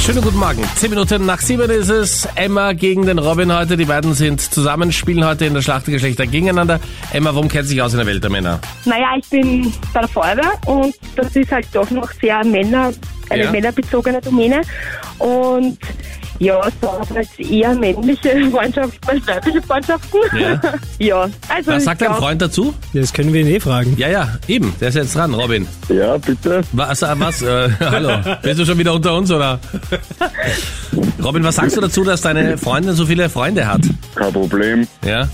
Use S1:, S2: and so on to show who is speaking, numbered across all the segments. S1: Schönen guten Morgen. Zehn Minuten nach sieben ist es. Emma gegen den Robin heute. Die beiden sind zusammen, spielen heute in der Schlacht der Geschlechter gegeneinander. Emma, warum kennt sich aus in der Welt der Männer?
S2: Naja, ich bin bei der Feuerwehr und das ist halt doch noch sehr Männer, eine
S1: Ja.
S2: männerbezogene Domäne. Und ja, da haben halt eher männliche Freundschaften als weibliche Freundschaften.
S1: Ja.
S2: ja, also
S1: Was
S2: ich
S1: sagt dein
S2: glaub-
S1: Freund dazu?
S3: Ja, Das können wir ihn eh fragen.
S1: Ja, ja, eben. Der ist jetzt dran, Robin.
S4: Ja, bitte.
S1: Was, äh, was, äh, hallo. Bist du schon wieder unter uns, oder? Robin, was sagst du dazu, dass deine Freundin so viele Freunde hat?
S4: Kein Problem.
S1: Ja?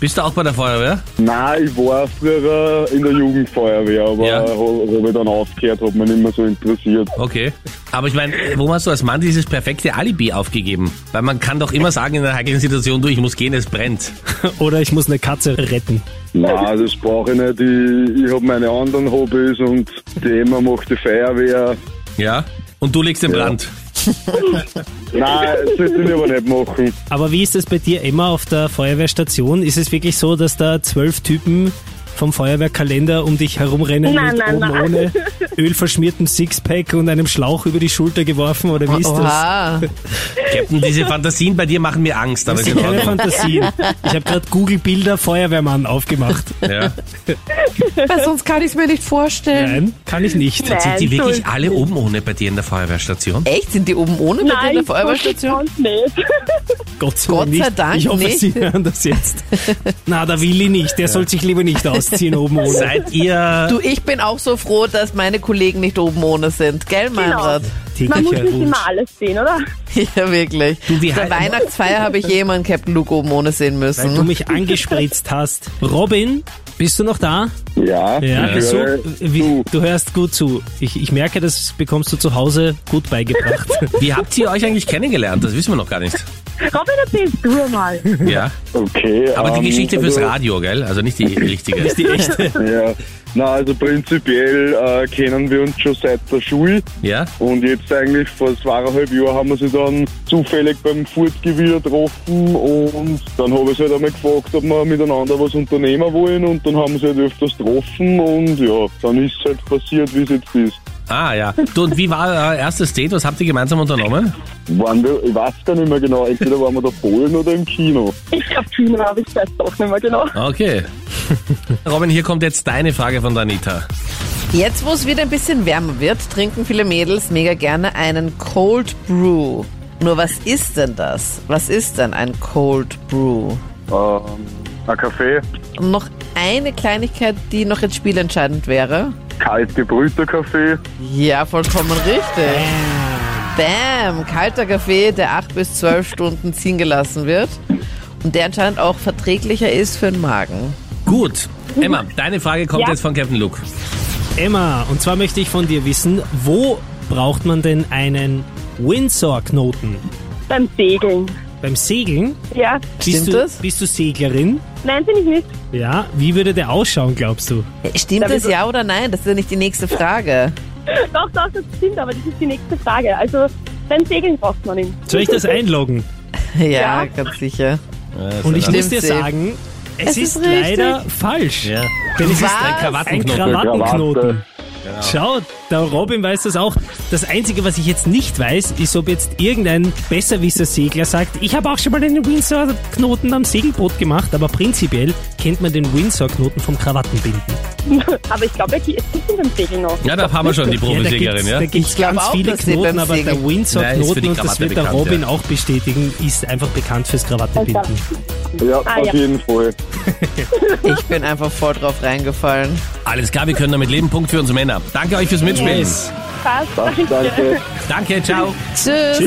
S1: Bist du auch bei der Feuerwehr?
S4: Nein, ich war früher in der Jugendfeuerwehr, aber
S1: Ja.
S4: habe ich dann aufgehört, hat mich nicht mehr so interessiert.
S1: Okay. Aber ich meine, warum hast du als Mann dieses perfekte Alibi aufgegeben? Weil man kann doch immer sagen in einer heiklen Situation, du, ich muss gehen, es brennt.
S3: Oder ich muss eine Katze retten.
S4: Nein, das brauche ich nicht. Ich, ich habe meine anderen Hobbys und die Emma macht die Feuerwehr.
S1: Ja? Und du legst den Brand.
S4: Nein, das sollte ich lieber nicht machen.
S3: Aber wie ist es bei dir, Emma, auf der Feuerwehrstation? Ist es wirklich so, dass da zwölf Typen vom Feuerwehrkalender um dich herumrennen
S2: Nein,
S3: mit
S2: nein,
S3: oben
S2: nein.
S3: ohne ölverschmiertem Sixpack und einem Schlauch über die Schulter geworfen? Oder wie ist das?
S5: Oha.
S1: Captain, diese Fantasien bei dir machen mir Angst, aber
S3: Das
S1: ist
S3: sind
S1: in
S3: keine
S1: Ordnung.
S3: Fantasien. Ich habe gerade Google-Bilder Feuerwehrmann aufgemacht.
S1: Ja.
S5: Weil sonst kann ich es mir nicht vorstellen.
S3: Nein, kann ich nicht.
S2: Nein,
S1: Sind die
S2: so
S1: wirklich
S2: ist-
S1: alle oben ohne bei dir in der Feuerwehrstation?
S5: Echt? Sind die oben ohne bei dir in
S2: Nein,
S5: der Feuerwehrstation?
S2: ich nicht.
S3: Gott sei,
S5: Gott sei
S3: nicht.
S5: Dank
S3: Ich hoffe,
S5: nicht.
S3: Sie hören das jetzt. Na, der Willi nicht. Der soll sich lieber nicht ausziehen oben ohne.
S1: Seid ihr...
S5: Du, ich bin auch so froh, dass meine Kollegen nicht oben ohne sind. Gell, Meinrad?
S2: Man muss
S3: Täglicher
S2: nicht
S3: Wunsch.
S2: immer alles sehen, oder?
S5: Ja, wirklich.
S1: Du, wie
S5: Zur
S1: heißt-
S5: Weihnachtsfeier habe ich jemanden Captain Luke oben ohne sehen
S3: weil du
S5: müssen.
S3: mich angespritzt hast. Robin, bist du noch da?
S4: Ja, ich
S3: so,
S1: äh,
S4: höre
S3: wie,
S4: zu.
S3: du hörst gut zu. Ich, ich merke, das bekommst du zu Hause gut beigebracht.
S1: Wie habt ihr euch eigentlich kennengelernt? Das wissen wir noch gar nicht.
S2: Robin, erzählst du mal.
S1: Ja.
S4: Okay.
S1: Aber die
S4: ähm,
S1: Geschichte fürs
S4: also-
S1: Radio, gell? Also nicht die richtige.
S3: Die echte.
S4: Ja. Na, also prinzipiell äh, kennen wir uns schon seit der Schule.
S1: Ja?
S4: Und jetzt eigentlich vor zweieinhalb Jahren haben wir sie dann zufällig beim Furtgewehr getroffen und dann habe ich sie halt einmal gefragt, ob wir miteinander was unternehmen wollen und dann haben wir sie halt öfters getroffen und ja, dann ist es halt passiert, wie es jetzt ist.
S1: Ah, ja. Du, und wie war euer erstes Date? Was habt ihr gemeinsam unternommen?
S4: Waren wir, ich weiß gar nicht mehr genau, entweder waren wir da Polen oder im Kino.
S2: Ich glaube, Tino habe ich jetzt doch nicht mehr genau.
S1: Okay. Robin, hier kommt jetzt deine Frage von Danita.
S5: Jetzt, wo es wieder ein bisschen wärmer wird, trinken viele Mädels mega gerne einen Cold Brew. Nur was ist denn das? Was ist denn ein Cold Brew?
S4: Ähm, ein Kaffee,
S5: Und noch eine Kleinigkeit, die noch jetzt spielentscheidend wäre.
S4: kalt gebrühter Kaffee.
S5: Ja, vollkommen richtig. Bam, kalter Kaffee, der acht bis zwölf Stunden ziehen gelassen wird und der anscheinend auch verträglicher ist für den Magen.
S1: Gut. Emma, deine Frage kommt
S2: Ja.
S1: jetzt von Captain Luke.
S3: Emma, und zwar möchte ich von dir wissen, wo braucht man denn einen Windsor-Knoten?
S2: Beim Segeln.
S3: Beim Segeln?
S2: Ja,
S3: Bist
S5: Stimmt
S3: du,
S5: das?
S3: Bist du Seglerin?
S2: nein, bin ich nicht.
S3: Ja. Wie würde der ausschauen, glaubst du?
S5: Stimmt
S2: Damit-
S5: das ja oder nein? Das ist ja nicht die nächste Frage.
S2: Doch, doch, das stimmt, aber das ist die nächste Frage. Also, beim Segeln braucht man ihn.
S3: Soll ich das einloggen?
S5: Ja,
S2: Ja.
S5: ganz sicher.
S3: Und ich muss
S5: Stimmt
S3: dir
S5: sie.
S3: sagen, es,
S5: Es ist
S3: ist,
S5: richtig.
S3: leider falsch.
S1: Ja.
S3: Denn es ist
S5: Was?
S3: ein
S1: Krawattenknoten.
S3: Krawattenknoten. Ein Krawattenknoten. Schau, der Robin weiß das auch. Das Einzige, was ich jetzt nicht weiß, ist, ob jetzt irgendein besserwisser Segler sagt, ich habe auch schon mal einen Windsor-Knoten am Segelboot gemacht, aber prinzipiell kennt man den Windsor-Knoten vom Krawattenbinden.
S2: Aber ich glaube, es gibt ihn beim Segeln noch.
S1: Ja, da haben wir schon die Profiseglerin,
S3: ja?
S1: ja?
S3: Da gibt's
S5: glaub
S3: ganz
S5: auch,
S3: viele
S5: dass sie
S3: Knoten,
S5: beim
S3: aber der
S5: Segeln-
S1: Nein, ist für die
S3: Windsor-Knoten, und das
S1: Krawatte
S3: wird der
S1: bekannt,
S3: Robin
S1: ja.
S3: auch bestätigen, ist einfach bekannt fürs Krawattenbinden.
S4: Ja,
S2: Ah,
S4: auf
S2: ja.
S4: jeden Fall.
S5: Ich bin einfach voll drauf reingefallen.
S1: Alles klar, wir können damit leben. Punkt für uns Männer. Danke euch fürs Mitspielen.
S2: Passt.
S4: Passt, danke.
S1: Danke, ciao.
S5: Tschüss.